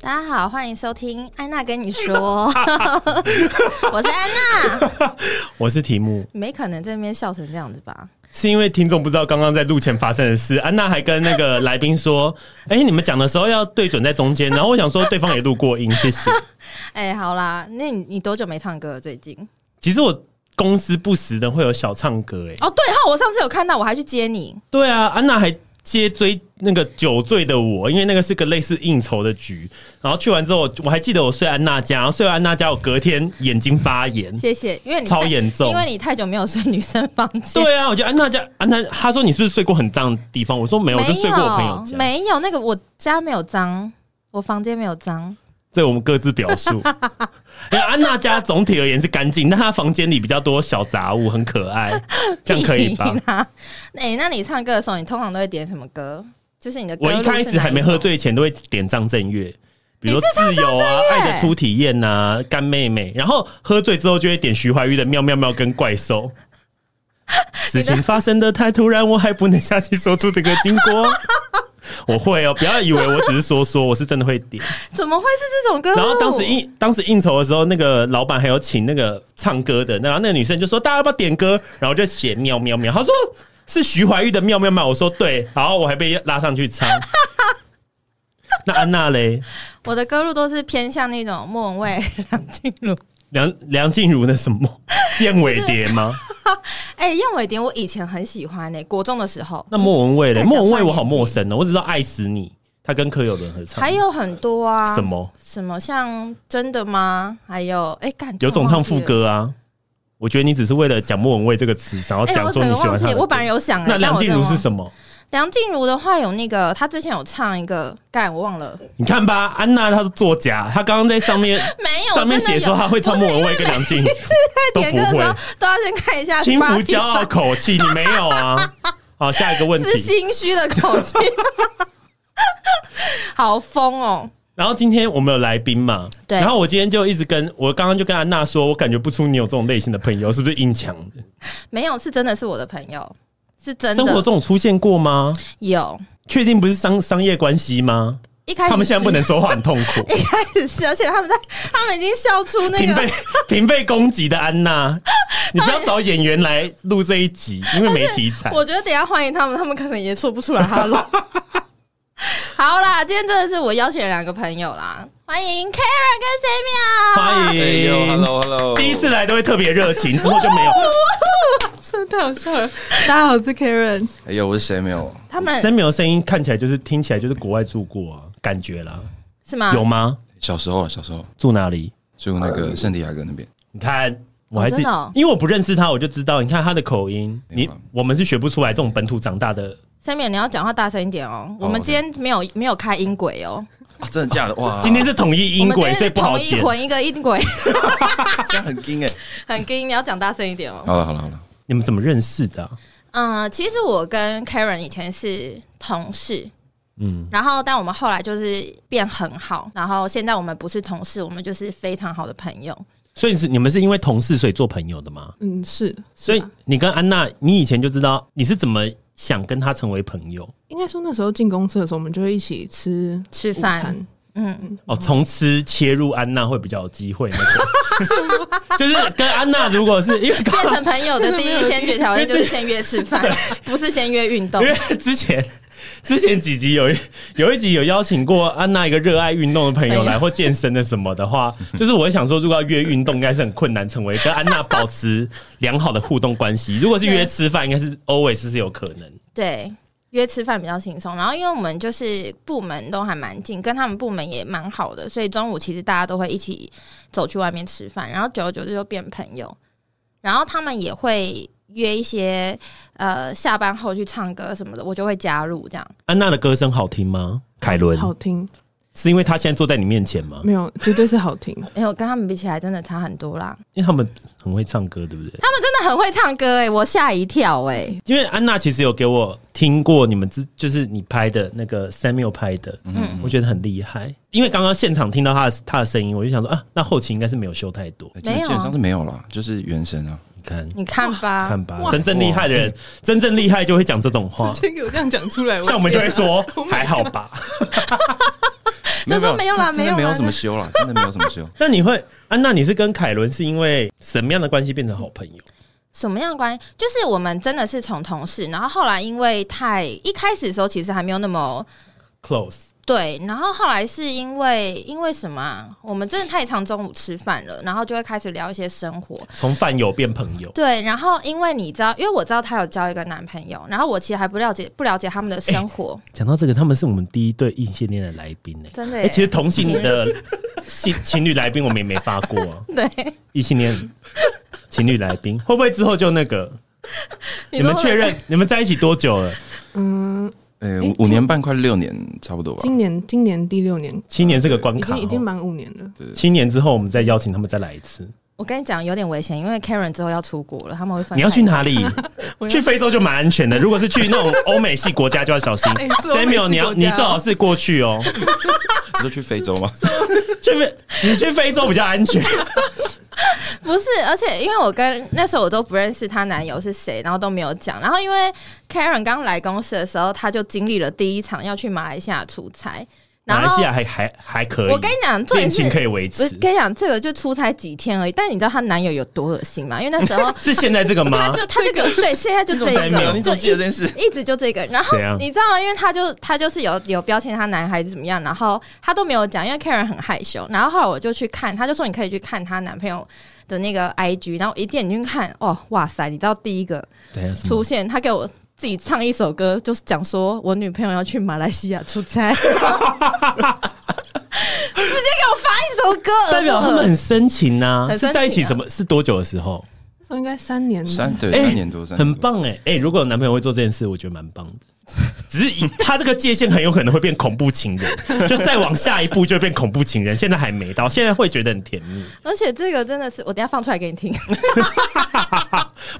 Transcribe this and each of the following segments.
大家好，欢迎收听安娜跟你 说，我是安娜。我是题目，你没可能在那边笑成这样子吧？是因为听众不知道刚刚在录前发生的事。安娜还跟那个来宾说：“哎、你们讲的时候要对准在中间。”然后我想说，对方也录过音，谢 谢。哎、好啦，那你你多久没唱歌了？最近？其实我公司不时的会有小唱歌、哎，哦，对哈，我上次有看到，我还去接你。对啊，安娜还接追那个酒醉的我，因为那个是个类似应酬的局。然后去完之后，我还记得我睡安娜家，然后睡完安娜家，我隔天眼睛发炎。谢谢，因为你嗯超太严重因为你太久没有睡女生房间。对啊，我觉得安娜家，安娜她说你是不是睡过很脏的地方？我说没有，我就睡过我朋友家。没有那个我家没有脏，我房间没有脏。这我们各自表述。因为安娜家总体而言是干净，但她房间里比较多小杂物，很可爱，这样可以吧 屁？啦？哎、那你唱歌的时候，你通常都会点什么歌？就是你的歌我路是一哪一开始还没喝醉前都会点张震岳，比如说自由啊、爱的初体验呐、啊、干妹妹，然后喝醉之后就会点徐怀钰的喵喵喵跟怪兽。事情发生的太突然，我还不能下去说出这个经过。 我会哦，不要以为我只是说说，我是真的会点。种，怎么会是这种歌路？ 然后当时应当时应酬的时候，那个老板还有请那个唱歌的，然后那个女生就说大家要不要点歌，然后我就写喵喵喵，她说是徐怀钰的喵喵喵，我说对，然后我还被拉上 去唱。那安娜嘞，我的歌路都是偏向那种莫文蔚、梁静茹。梁梁静茹的什么燕尾蝶 吗？哎、燕尾蝶我以前很喜欢呢、国中的时候那莫文蔚代嘞，表莫文蔚少我年好陌纪生哦，我只知道爱死你，她跟柯有伦合唱还，有很多啊，什么什么像真的吗？还有哎，感、有种唱副，歌啊。我觉得你只是为了讲莫文蔚这个词，然后哎、讲我说怎你么喜忘欢记她了？的我本来歌有想、哎那梁静茹是么？什么？梁静茹的话有那个，她之前有唱一个，干我忘了，你看吧，安娜她是作假，她刚刚在上面没有上面真的写说有她会唱莫文蔚跟梁静茹，在都点不歌的时候会，都要先看一下轻浮 Spotify 骄傲口气，你没有啊？好，下一个问是题。心虚的口 气，好疯哦！然后今天我们有来宾嘛？对然后我今天就一直跟我刚刚就跟安娜说，我感觉不出你有这种类型的朋友，是不是硬抢的？没有，是真的是我的朋友，是真生活的中有出现过吗？有。确定不是商商业关系吗？一开始他们现在不是能说话，很痛苦。一开始是，而且他们在，他们已经笑出那停个被，停被攻击的安娜，你不要找演员来录这一集，因为没题材。我觉得等一下欢迎他们，他们可能也说不出来哈 喽。好啦，今天真的是我邀请了两个朋友啦，欢迎 Karen 跟 Samuel，欢哎迎呦，hello hello，第一次来都会特别热情，之后就 没有。真的太好笑了！大家好，我是 Karen。哎呦，我是 Samuel，他们 Samuel 声音看起来就是听起来就是国外住过啊，感觉啦，是吗？有吗？小时候啊，小时候住哪里？住那呃个圣地亚哥那边，你看，我还是、真的哦因为我不认识他，我就知道。你看他的口音，没你办法我们是学不出来这种本土长大的。 Samuel，你要讲话大声一点哦。我们今天没有没有开音轨哦，啊真的假的？哇，今天是统一音我们轨，今天所以是不好统一剪。混一个音轨，这样很硬哎。很硬，你要讲大声一点哦。好了好了好了，你们怎么认识的啊、嗯，其实我跟 Karen 以前是同事，嗯，然后但我们后来就是变很好，然后现在我们不是同事，我们就是非常好的朋友。所以是你们是因为同事所以做朋友的吗？嗯，是，所是以啊你跟安娜，你以前就知道你是怎么想跟她成为朋友应该说那时候进公司的时候，我们就会一起吃吃午饭餐嗯，哦，从吃切入安娜会比较有机会那种， 就是跟安娜如果是因为刚变成朋友的第一先决条件就是因为先约吃 饭，不是先约运动因。为之前之前几集有一有一集有邀请过安娜一个热爱运动的朋友朋来友或健身的什么的 话，就是我会想说，如果要约运动，应该是很困难，成为跟安娜保持良好的互动关系。如果是约对吃饭，应该是 always 是有可能。对，约吃饭比较轻松。然后因为我们就是部门都还蛮近，跟他们部门也蛮好的，所以中午其实大家都会一起走去外面吃饭，然后久而久之就变朋友。然后他们也会约一些呃下班后去唱歌什么的，我就会加入这样。安娜的歌声好听吗？凯伦好听，是因为她现在坐在你面前吗？没有，绝对是好 听。哎、我跟他们比起来真的差很多啦。因为他们很会唱歌，对不对？他们真的很会唱歌哎、我吓一跳哎、因为安娜其实有给我听过你们之，就是你拍的那个 Samuel 拍的，嗯，我觉得很厉害。因为刚刚现场听到他的他的声音，我就想说啊，那后期应该是没有修太多。哎没有啊基本上是没有啦，就是原声啊。你看，你看吧，看吧，真正厉害的人，真正厉害就会讲这种话直。接给我这样讲出来，像我们就会说天啊 Oh my 还好吧，。就说没有啦，真真的有没啦，有什么修啦，真的没有什 么修那你会啊？那你是跟凯伦是因为什么样的关系变成好朋友？什么样的关系？就是我们真的是从同事，然后后来因为太一开始的时候其实还没有那么 close，对，然后后来是因为因为什么啊、我们真的太常中午吃饭了，然后就会开始聊一些生活。从饭友变朋友。对，然后因为你知道，因为我知道她有交一个男朋友，然后我其实还不了解不了解他们的生活，讲到这个，他们是我们第一对异性恋的来宾呢、真的哎、耶、其实同性的情情侣来宾我们也没发过、啊，对，异性 恋情侣来宾会不会之后就那个？你 你们说确认你们在一起多久了？嗯，哎，诶五五年半快六年差不多吧。今年今年第六年，七年是个关已卡、经已经哦，满五年了。七年之后我们再邀请他们再来一次。我跟你讲有点危险，因为 Karen 之后要出国了，他们会分。你要去？哪里？我要去非洲就蛮安全的，如果是去那种欧美系国家就要小心。哎是欧美系 Samuel，你要国家你哦最好是过去哦，你说去非洲吗？去非你去非洲比较安全。不是，而且因为我跟那时候我都不认识她男友是谁，然后都没有讲。然后因为 Karen 刚来公司的时候，她就经历了第一场要去马来西亚出差，然马后来西亚还还还可以，我跟你讲，重恋点情可是。以维我持。跟你讲，这个就出差几天而已，但你知道她男友有多恶心吗？因为那时 候是现在这个 他吗？就他就给我对，现在就这怎么没有个，你就怎么记得这一件事？一直就这个。然后怎样你知道吗？因为他就他就是有有标签，他男孩子怎么样，然后他都没有讲，因为 Karen 很害羞。然后后来我就去看，他就说你可以去看她男朋友的那个 IG，然后我一点进去看，哦，哇塞！你知道第一个等一下什么出现，他给我。自己唱一首歌，就是讲说我女朋友要去马来西亚出 差，直接给我发一首歌，呃代表他们很深情呐、很深情啊是在一起什么？是多久的时候？那时候应该三年，三对哎三年多，三年很多。棒哎、哎、如果有男朋友会做这件事，我觉得蛮棒的。 只是以他这个界限很有可能会变恐怖情人， 就再往下一步就会变恐怖情人。现在还没到，现在会觉得很甜蜜。 而且这个真的是我等一下放出来给你听。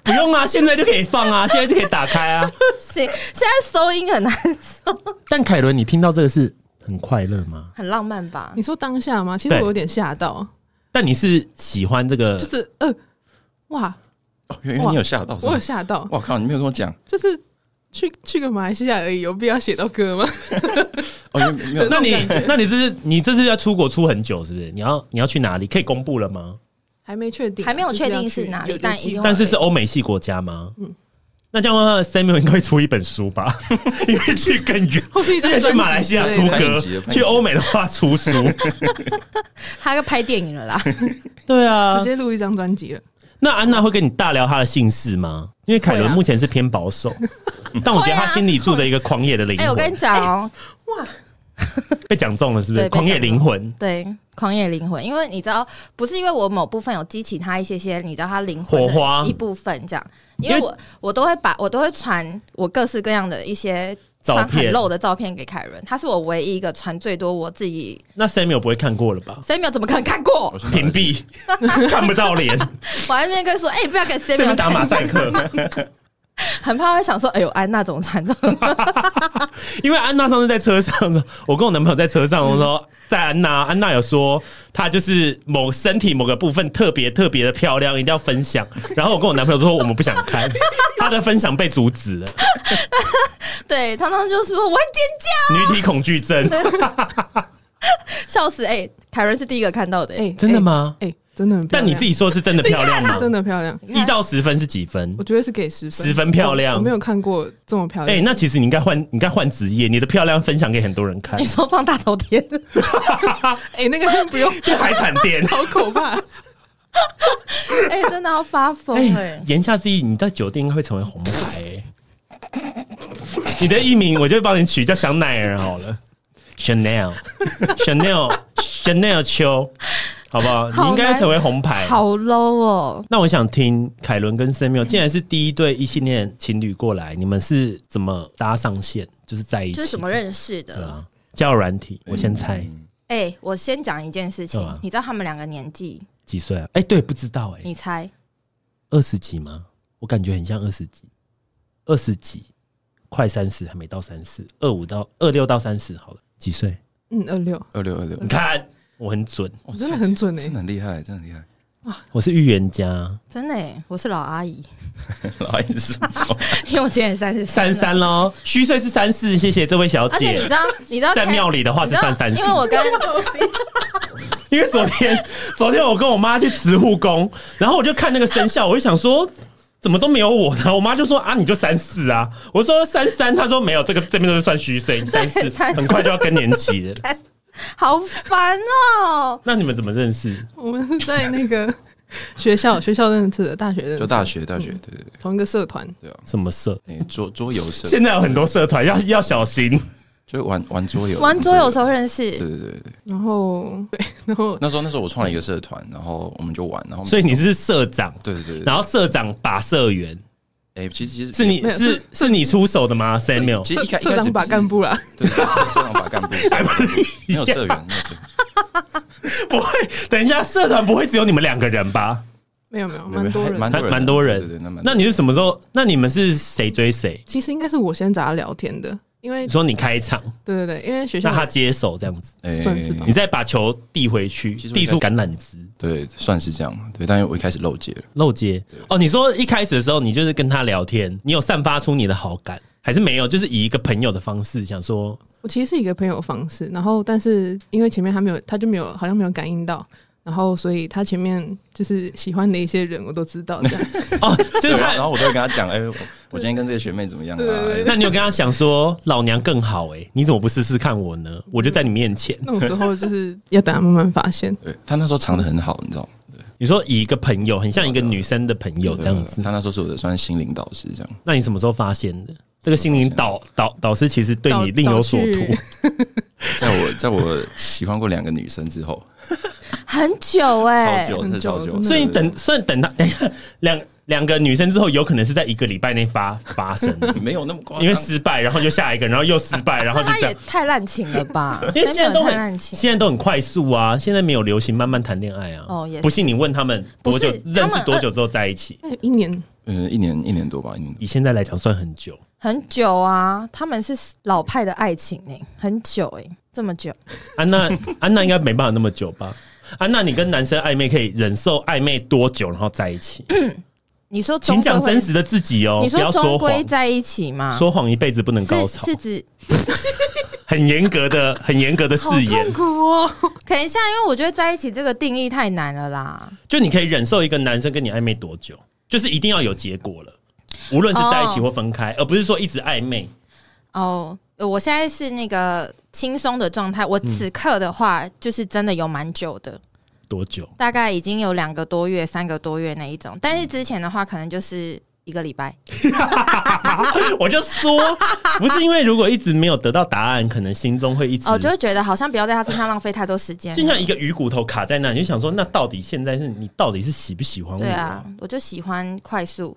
不用啊，现在就可以放啊，现 在就可以打开啊。行，现在收音很难， 但凯伦，你听到这个是很快乐吗？很浪漫吧？你说当下吗？其实对我有点吓到，但你是喜欢这个？就是呃，哇，哦原来你有吓到是我吗有？吓到，我靠，你没有跟我讲就是去去个马来西亚而已，有必要写到歌吗？ 哦，原没有。 那你那你这是你这次要出国出很久是不是？你要你要去哪里？可以公布了吗？还没确定啊，还没有就是确要定是去哪有里但有计一定划但是是欧美系国家吗？嗯。那这样的话，Samuel 应该会出一本书吧？因为去更远，或是一之张前去专辑马来西亚之出类的歌专辑，去欧美的话出书。他要拍电影了啦， 对啊直，接录一张专辑了。 那安娜会跟你大聊她的姓氏吗？因为凯伦会啊目前是偏保守，但我觉得她心里住着一个狂野的灵哎、我跟魂你，讲哦、被讲中了是不是？对被狂野讲中灵魂对，狂野灵魂，因为你知道，不是因为我某部分有激起他一些些，你知道他灵魂的火花一部分这样，因因为为我我都会把我都会传我各式各样的一些照穿很片露的照片给凯伦，他是我唯一一个传最多我自己那 Samuel 不会看过了吧？ Samuel 怎么可能看过我？说屏蔽，看不到脸，我还在那边跟说，哎、不要给这边 Samuel 打看马赛克。很怕他会想说，哎呦，安娜怎么传的？因为安娜上次在车上，我跟我男朋友在车上，我说在安娜，安娜有说她就是某身体某个部分特别特别的漂亮，一定要分享。然后我跟我男朋友说我们不想看，她的分享被阻止了， 对，汤汤就说我会尖女体恐惧症，叫，笑死！哎、凯伦是第一个看到的、哎、哎， 真的吗？哎？哎，真的很漂亮。但你自己说是真的漂亮吗是？真的漂亮，一到十分是几分我？觉得是给十分，十分漂亮我我没有看过这么漂哎、亮。那其实你应该换，你应该换职业，你的漂亮分享给很多人 看你，说放大头贴， 哎，那个先不用，海产店。好可怕。 哎、真的要发疯哎、言下之意，你在酒店应该会成为红牌、欸。 你的艺名我就帮你取叫香奈儿好了，Chanel Chanel Chanel 秋，好不好？好你应该成为红牌。好 low 哦！那我想听凯伦跟 Samuel，既然是第一对异性恋情侣过来，你们是怎么搭上线，就是在一起？就是怎么认识对的？啊？交友软体，我先猜、嗯哎、我先讲一件事情干嘛，你知道他们两个年纪？几岁啊？哎、对，不知道哎、你猜？二十几吗？我感觉很像二十几，二十几，快三十还没到三十，二五到二六到三十好了，几岁？ 嗯，二六，二六二六你，看我很准，我真的很准哎真，的很厉害，真的很厉害。我是预言家，真的耶，我是老阿姨， 老阿姨是什么因为我今年三十 三三喽，虚岁是三四，谢谢这位小而且你姐知。道，你知道在庙里的话你知是道算三四因为，我跟 因为昨天昨天我跟我妈去慈护宫，然后我就看那个生肖，我就想说。怎么都没有我呢？我妈就说啊，你就三四啊。我说三三，她说没有，这个这边都是算虚岁，你三四三四很快就要更年期了。好烦哦、那你们怎么认识？我们是在那个学校学校认识的，大学认就识，大学，大嗯学，对对对同一个社团。什么社？那个桌桌游社，现在有很多社团，要要小心。就玩玩桌游，玩桌游的时候，候认对识，对对对。然后对，然后那时候那时候我创了一个社团，然后我们就玩，然后所以你是社长，对对对对，然后社长把社员哎，其实其实是你没是有是是你出手的吗？Samuel，其实一开一社开始长把干部啦，对，社长把干部，社长把干部没有社员，没有社员， 不会，等一下，社团不会只有你们两个人吧？没有没有，没有蛮多人蛮的。还多人的蛮多人。对对对那蛮多人那你是什么时候？那你们是谁追谁？其实应该是我先找他聊天的，因为你说你开场，对对对，因为学校那他接手这样子，哎算是吧你再把球递回去，其实我递出橄榄枝，对，算是这样，对，但是我一开始漏接了，漏接。哦，你说一开始的时候，你就是跟他聊天，你有散发出你的好感，还是没有？就是以一个朋友的方式想说，我其实是一个朋友的方式，然后但是因为前面他没有，他就没有好像没有感应到，然后所以他前面就是喜欢的一些人我都知道，这样哦，就是对，然后然他。后我都会跟他讲，哎，我我今天跟这个学妹怎么样啊？哎那你有跟他讲说，老娘更好哎、你怎么不试试看我呢？我就在你面前。那种时候就是 要等他慢慢发现。对，他那时候藏的很好，你知道吗？你说以一个朋友，很像一个女生的朋哦友这样子对。他啊那时候是我的算是心灵导师这样。那你什么时候发现的？这个心灵导导导师其实对导你另有所导图去，在我在我喜欢过两个女生之后，很久超哎、久，很真的超久久真。的所以你等算等他等一下两两个女生之后，有可能是在一个礼拜内发发生，没有那么夸张，因为失败，然后就下一个，然后又失败，然后 那就他这也样。太滥情了吧？ 因为现在都真的很太滥情，现在都很快速啊，现在没有流行慢慢谈恋爱啊。哦也是不信你问他们多久不是认他识们呃多久之后在一起？那一年嗯，一年一年多吧，一年多。以现在来讲算很久，很久啊。他们是老派的爱情哎、很久哎、这么久。安娜安娜应该没办法那么久吧？安娜，你跟男生暧昧可以忍受暧昧多久，然后在一起？你说终请嗯归讲真实的自己哦，你不说要终说归谎。在一起吗？说谎一辈子不能高是潮，是指很严格的、很严格的好誓言痛。苦哦，等一下，因为我觉得在一起这个定义太难了啦。就你可以忍受一个男生跟你暧昧多久，就是一定要有结果了，无论是在一起或分开，而不是说一直暧昧。哦，我现在是那个轻松的状态，我此刻的话就是真的有蛮久的。多 久？大概已经有两个多月、三个多月那一种，但是之前的话可能就是一个礼拜。我就说，不是因为如果一直没有得到答案，可能心中会一直哦，就会觉得好像不要在他身上浪费太多时间。就像一个鱼骨头卡在那，你就想说，那到底现在是你到底是喜不喜欢我 对？啊，我就喜欢快速，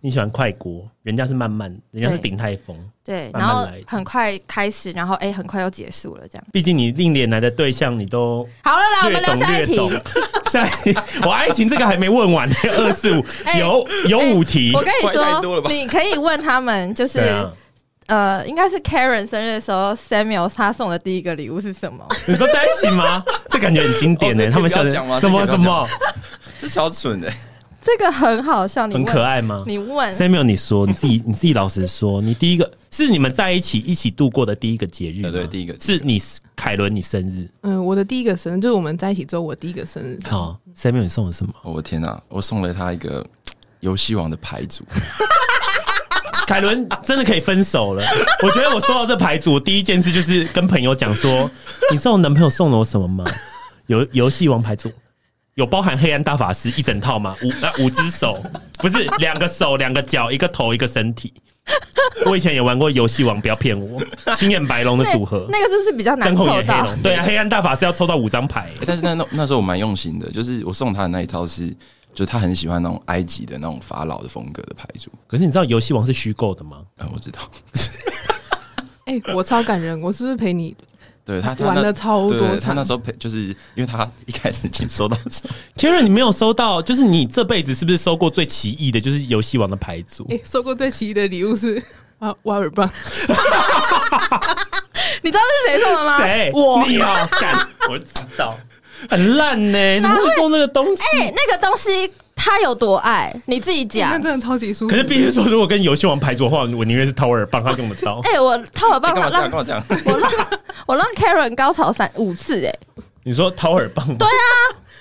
你喜欢快锅，人家是慢慢，人家是对鼎泰丰。对，慢慢然后来很快开始，然后哎、很快又结束了，这样。毕竟你历年来的对象，你都好了啦，我略们聊懂下一略题。懂。 下一题，我爱情这个还没问完， 二四五哎有有五题我。跟你怪太多了说，吧你可以问他们，就是、对啊，呃，应该是 Karen 生日的时候，Samuel 他送的第一个礼物是什么？ 你说在一起吗？这感觉很经典呢、欸哦这可以他们笑不要讲吗的什么这可什以不要么这超蠢的，这个很好笑，你很问可爱吗你问？Samuel，你说你自己 你自己老实说，你第一个是你们在一起一起度过的第一个节日吗，对对第一个是你凯伦你生日。嗯，我的第一个生日就是我们在一起之后我第一个生日，好，Samuel 哦你送了什么？哦我天哪！我送了他一个嘖游戏王的牌组，凯伦真的可以分手了。我觉得我收到这牌组，我第一件事就是跟朋友讲说，你知道我男朋友送了我什么吗？游游戏王牌组。有包含黑暗大法师一整套吗？五呃五只手，不是两个手、两个脚、一个头、一个身体。我以前也玩过游戏王，不要骗我。青眼白龙的那组合，那个是不是比较难真抽红眼黑到？龙，对啊，黑暗大法师要抽到五张牌。哎但是那那那时候我蛮用心的，就是我送他的那一套是，就他很喜欢那种埃及的那种法老的风格的牌组。可是你知道游戏王是虚构的吗？啊，我知道，哎、我超感人，我是不是陪你？对他他玩那了超对多对他场那时候陪，就是因为他一开始已经收到 的时候， Karen，你没有收到，就是你这辈子是不是收过最奇异的，就是游戏王的牌组？哎、收过最奇异的礼物是 啊挖耳棒，你知道是谁送的吗？谁？啊我你哦，干，我知道。 很烂呢、怎么会送那个东西？哎、那个东西他有多爱，你自己讲那。真的超级舒服。可是必须说，如果跟游戏王排组的话，我宁愿是掏耳啊帮他跟我们掏。哎、我掏耳棒你干嘛这让样？干嘛这样？我让 我让 Karen 高潮三五次哎、你说掏耳棒吗？对啊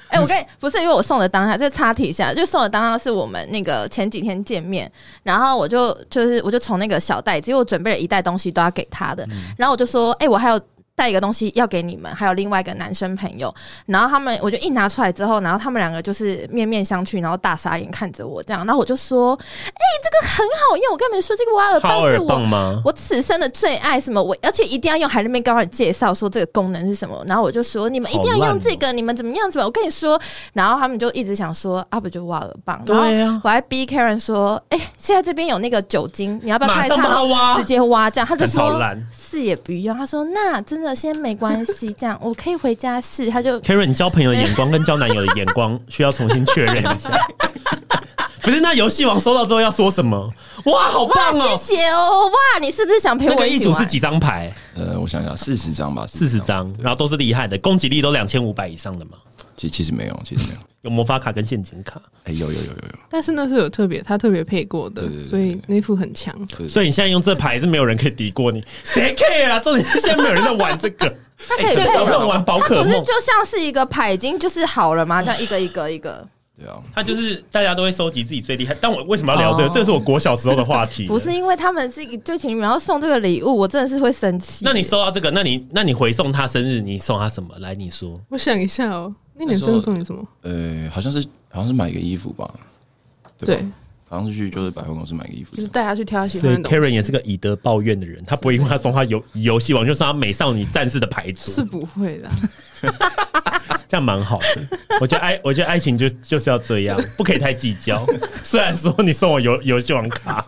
哎、我跟你不是因为我送的当下，这插题一下，就送的当下是我们那个前几天见面，然后我就就是我就从那个小袋子，因为我准备了一袋东西都要给他嗯的，然后我就说，哎、我还有带一个东西要给你们，还有另外一个男生朋友，然后他们我就一拿出来之后，然后他们两个就是面面相觑，然后大傻眼看着我这样，然后我就说，哎、这个很好用，我跟你们说，这个挖耳掏棒是耳我棒吗？我此生的最爱什么？我而且一定要用，还在那边跟我介绍说这个功能是什么。然后我就说你们一定要好烂用哦这个，你们怎么样怎么样？我跟你说，然后他们就一直想说啊，不就挖耳棒？然对后啊我还逼 Karen 说，哎、现在这边有那个酒精，你要不要擦一马上帮擦？他挖直接挖这样，他就看超说烂是也不用。他说那真的先没关系，这样我可以回家试。他就 Karen，你交朋友的眼光跟交男友的眼光需要重新确认一 下。不是，那游戏王收到之后要说什么？哇，好哇，棒谢哦！谢哦，哇，你是不是想陪那我个一一起组是玩？几张牌？呃，我想想，四十张吧，四十。张，然后都是厉害的，攻击力都两千五百以上的嘛。其实其实没有，其实没有。有魔法卡跟陷阱卡，哎，有有有有有，但是那是有特别，他特别配过的对对，对所以那副很强。所以你现在用这牌是没有人可以敌过你，谁 care 啊？重点是现在没有人在玩这个，他可以现在配小朋友吗？玩宝他可不是梦，就像是一个牌已经就是好了吗？这样一个一个一个。对啊， 他就是大家都会收集自己最厉害。但我为什么要聊这哦个？这是我国小时候的话题。不是因为他们是一对情侣，然后送这个礼物，我真的是会生气。那你收到这个，那你那你回送他生日，你送他什么？来，你说。我想一下哦，那年生日送你什么？呃，好像是好像是买个衣服吧，对吧对，好像是去就是百货公司买个衣服就。是带他去挑他喜所以欢的东 Karen 西。也是个以德报怨的人，他不会因为他送他游游戏王，就送他美少女战士的牌是组，不会的，这样蛮好的。我觉得爱，我觉得爱情就就是要这样，不可以太计较。虽然说你送我游游戏王 卡，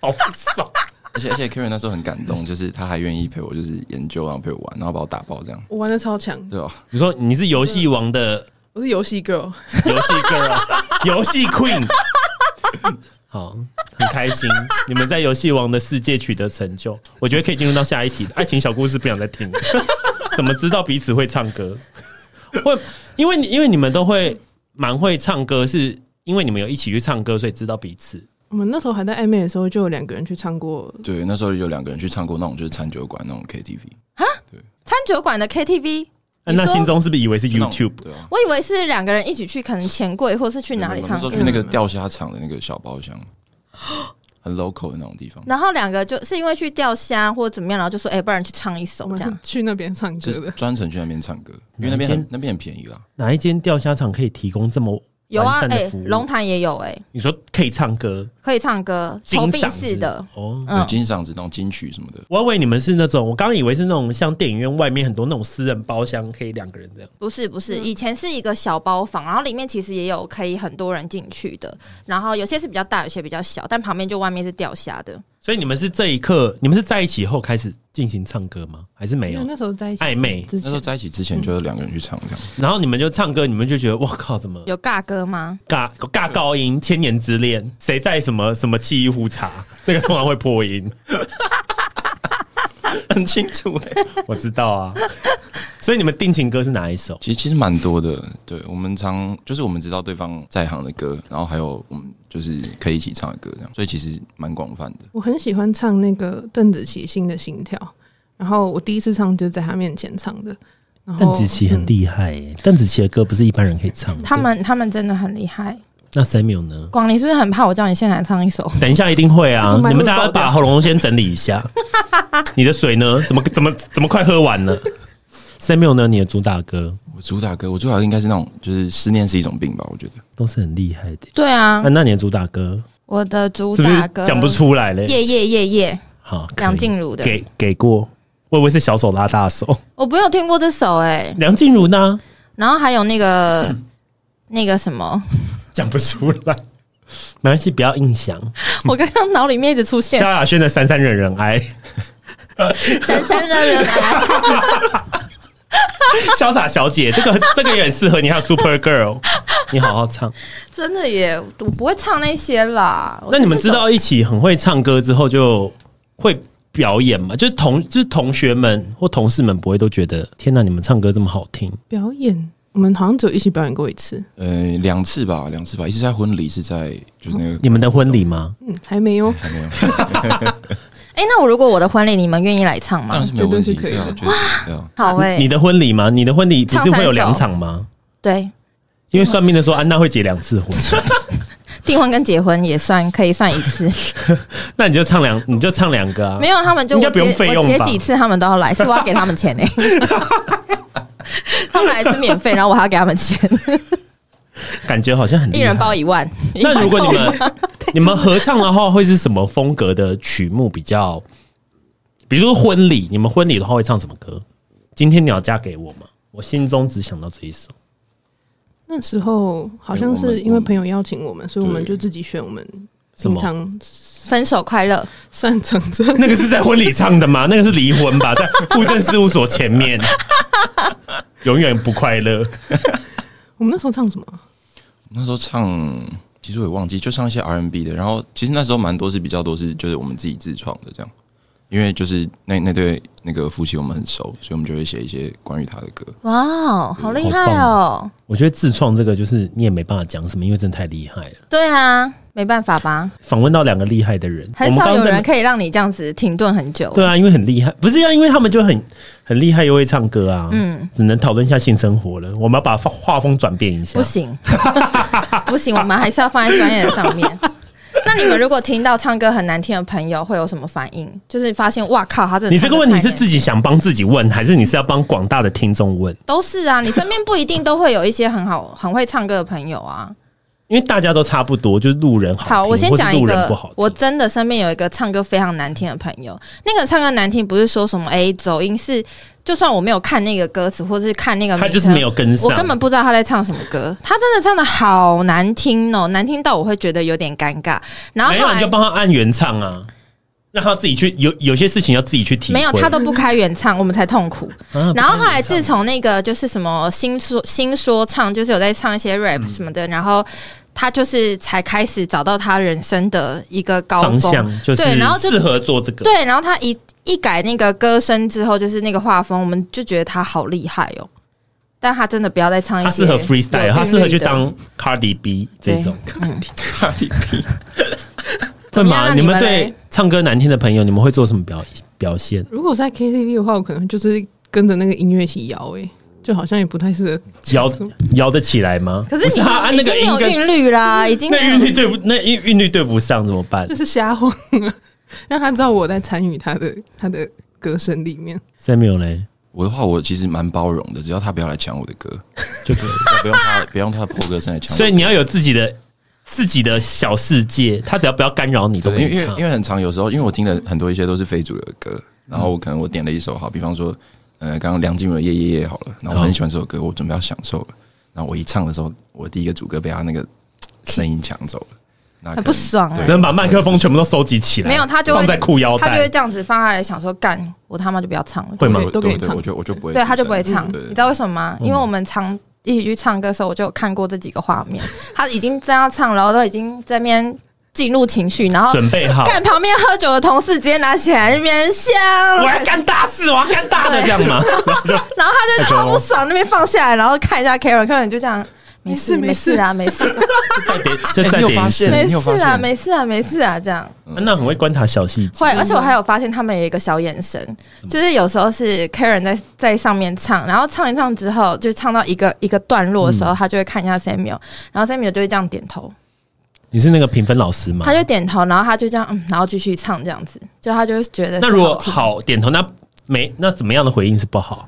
好不爽。而且而且 Karen 那时候很感 动，就是他还愿意陪我就是研究，然后陪我玩，然后把我打爆这样，我玩的超强，对吧？啊你说你是游戏王的我是游戏 girl。游戏 girl，游戏 queen，好，很开心，你们在游戏王的世界取得成就，我觉得可以进入到下一题，爱情小故事不想再听了，怎么知道彼此会唱歌？会，因为你因为你们都会蛮会唱歌，是因为你们有一起去唱歌，所以知道彼此。我们那时候还在暧昧的时候，就有两个人去唱过，对，那时候有两个人去唱过那种就是餐酒馆那种 KTV，餐酒馆的 KTV，那你说啊那心中是不是以为是就那种 YouTube？对啊。我以为是两个人一起去，可能钱柜或是去哪里我们那唱时候歌去，那个钓虾场的那个小包 厢，很 local 的那种地方，然后两个就是因为去钓虾或怎么样，然后就说，哎，不然去唱一首我们这是样。去那边唱就歌是的。专程去那边唱歌，因为那边哪一很间那边很便宜啦。哪一间钓虾场可以提供这么有啊完，善哎的服，务？龙潭也有，哎，你说可以唱歌，可以唱歌，投金币嗓式子的，哦。嗯有，金嗓子那种金曲什么的，我以为你们是那种，我刚以为是那种像电影院外面很多那种私人包厢，可以两个人这样。不是不是，以前是一个小包房，然后里面其实也有可以很多人进去的，然后有些是比较大，有些比较小，但旁边就外面是钓虾的。所以你们是这一刻，你们是在一起后开始进行唱歌吗？还是没有？嗯那时候在一起暧昧之那时候前，在一起之前就是两个人去唱这 样，然后你们就唱歌，你们就觉得我靠，怎么有尬歌吗？尬尬高音？千年之恋，谁在什么什么沏一壶茶？那个通常会破音，很清楚欸我知道 啊。所以你们定情歌是哪一哦首？其实其实蛮多的，对我们常就是我们知道对方在行的歌，然后还有我们就是可以一起唱的歌这样，所以其实蛮广泛的。我很喜欢唱那个邓紫棋《新的心跳》，然后我第一次唱就是在他面前唱的。然后嗯厉害、邓紫棋的歌不是一般人可以唱的他们他们真的很厉害。那 Samuel 呢？广林是不是很怕我叫你先来唱一首？等一下一定会啊这个！麦你克们风大家爆掉把喉咙先整理一下。你的水呢？怎么怎么怎么快喝完了？Samuel 呢？你的主打歌我主打歌，我主打歌应该是那种就是思念是一种病吧，我觉得。都是很厉害的。 对啊啊，，那你的主打歌我的主是不打是歌讲不出来嘞？夜夜夜夜，好，可以梁静茹的，嗯给给过，我以为是小手拉大手。我没有听过这首哎、梁静茹呢？然后还有那个 那个什么，讲不出来，没关系，不要硬想。 我刚刚脑里面一直出萧现亚轩的《三三人人爱》， 闪闪的人来，潇 洒小姐，这个这个也很适合你，还有 Super Girl，你好好唱。真的耶，我不会唱那些啦。我那你们哦这知首道一起很会唱歌之后就会表演吗？就是同就是同学们或同事们不会都觉得天哪，你们唱歌这么好听？表演我们好像只有一起表演过一次，呃，两次吧，两次吧，一次在婚礼，是在就是那个你们的婚礼吗？嗯，还没有，还没有，哎、那我如果我的婚礼，你们愿意来唱当然吗？是没有问 题，绝对是可以对啊的，绝对是对啊，好哎、嗯你的婚礼吗？你的婚礼不是会有两场吗？对，因为算命的说安娜会结两 次婚，订婚跟结婚也算可以算一次，那你就唱两，你就唱两个 啊没。有他们就应该我不用结费用我结吧几次他们都要来，是我要给他们 钱呢、他们来是免费，然后我还要给他们钱，感觉好像很厉害一人包一万。那如果你们你们合唱的话，会是什么风格的曲目比较？比如说婚礼，你们婚礼的话会唱什么歌？今天你要嫁给我吗？我心中只想到这一首。那时候好像对我是们因为朋友邀请我们，所以我们对就自己选我们什么平常分手快乐，擅长唱。 那个是在婚礼唱的吗？那个是离婚吧，在户政事务所前面，永远不快乐。我们那时候唱什么？那时候唱，其实我也忘记，就唱一些 R&B 的。然后其实那时候蛮多是比较多是就是我们自己自创的这样，因为就是那那对那个夫妻我们很熟，所以我们就会写一些关于他的歌。哇哦，好厉害好棒哦！我觉得自创这个就是你也没办法讲什么，因为真的太厉害了。对啊，没办法吧，访问到两个厉害的人，很少我们有刚刚在人可以让你这样子停顿很久。对啊，因为很厉害，不是啊，因为他们就很很厉害，又会唱歌啊。嗯，只能讨论一下性生活了。我们要把画风转变一下不。行，啊 不行，我们还是要放在专业的上 面。那你们如果听到唱歌很难听的朋友，会有什么反应？就是发现哇靠，他这你这个问题是己自己想帮自己问，还是你是要帮广大的听众问？都是啊，你身边不一定都会有一些很好 很会唱歌的朋友啊。因为大家都差不多，就是路人好听，好，我先或是讲一路人不个好，听我真的身边有一个唱歌非常难听的朋友。那个唱歌难听不是说什么哎、走音，是就算我没有看那个歌词，或是看那个名他称，就是没有跟上，我根本不知道他在唱什么歌。他真的唱的好难听哦，难听到我会觉得有点尴尬。然后没后有来你就帮他按原唱啊，让他自己去有有些事情要自己去体会。没有，他都不开原唱，我们才痛苦。啊然后后来自从那个就是什么新说新说唱，就是有在唱一些嗯 rap 什么的，然后他就是才开始找到他人生的一个高方峰。向就是对然后就适合做这个。对，然后他一一改那个歌声之后，就是那个画风，我们就觉得他好厉害哦。但他真的不要再唱一他些适有合韵律的，嗯 freestyle，他适合去当 Cardi B 这种。哈迪比对怎么样吗？啊你你们们对嘞唱歌难听的朋友，你们会做什么表表现？如果在 KTV 的话，我可能就是跟着那个音乐一起摇，哎，就好像也不太适合。摇摇得起来吗？可是不你他按已那经个没音有跟韵律 啦，已经那韵律对不那韵韵律对不上怎么办就？是瞎晃、啊，让他知道我在参与他的他的歌声里面。 Samuel 嘞，我的话，我其实蛮包容的，只要他不要来抢我的歌，就 可以。不用他不用他的破歌声来抢我。所以你要有自己的自己的小世界，他只要不要干扰你都对，可因以为因为唱因。为很常有时候，因为我听的很多一些都是非主流的歌，然后我可能我点了一首好，比方说，呃，刚刚梁静茹的《夜夜夜》好了，然后我很喜欢这首歌，我准备要享受了，然后我一唱的时候，我第一个主歌被他那个声音抢走了，那可很能不爽啊对只能把麦克风全部都收集起来，没有他就会放在裤腰他就会带，这样子放下来，想说干，我他妈就不要唱了。会吗？对都可以对对唱我就我就不会出声，对他就不会唱，对你知道为什么吗？因为我们常一起去唱歌的时候，我就有看过这几个画面，他已经这样唱，然后都已经在那边进入情绪，然后准备好，哦干旁边喝酒的同事直接拿起来那边香，我要干大事，我要干大的这样吗？然后他就超不爽，那边放下来，然后看一下 Karen，Karen 就这样。没事没没事事啊，没事 就哎再你有点发一现次。没你有事发啊，现没事啊，没事啊，这样安娜很会观察小细节，会。而且我还有发现他们有一个小眼神，嗯就是有时候是 Karen 在在上面唱，然后唱一唱之后，就唱到一个一个段落的时候，嗯他就会看一下 Samuel，然后 Samuel 就会这样点头，你是那个评分老师吗他？就点头，然后他就这样，嗯，然后继续唱这样子，就他就会觉得那如果是听的，好点头，那没那怎么样的回应是不好？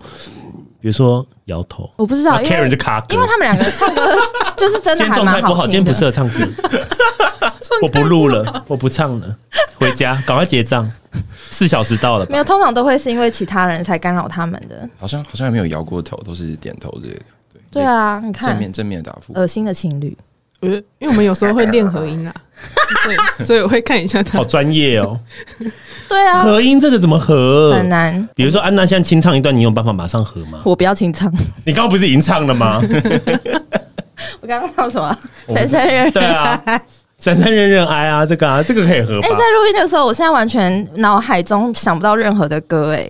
比如说摇头，我不知那道，因啊 Karen 就为卡歌，因为他们两个唱歌 就是真的今天还状态蛮不好，今听天不适的。合唱歌， 我不录了，我不唱了，回家赶快结账，四小时到了 吧没有，通常都会是因为其他人才干扰他们的。好像好像也没有摇过头，都是点头之类的，对对，啊，你正看，面正面的答复，恶心的情侣，我觉得，因为我们有时候会练 合音啊，对，所以我会看一下他好。专业哦，对啊，合音这个怎么合？很难。比如说安娜现在清唱一段，你有办法马上合吗？我不要清唱， 你刚刚不是已经唱了吗？我刚刚唱什么？三三人对啊，闪闪人人哀啊，这个啊，这个可以合吧哎、？在录音的时候，我现在完全脑海中想不到任何的歌、哎，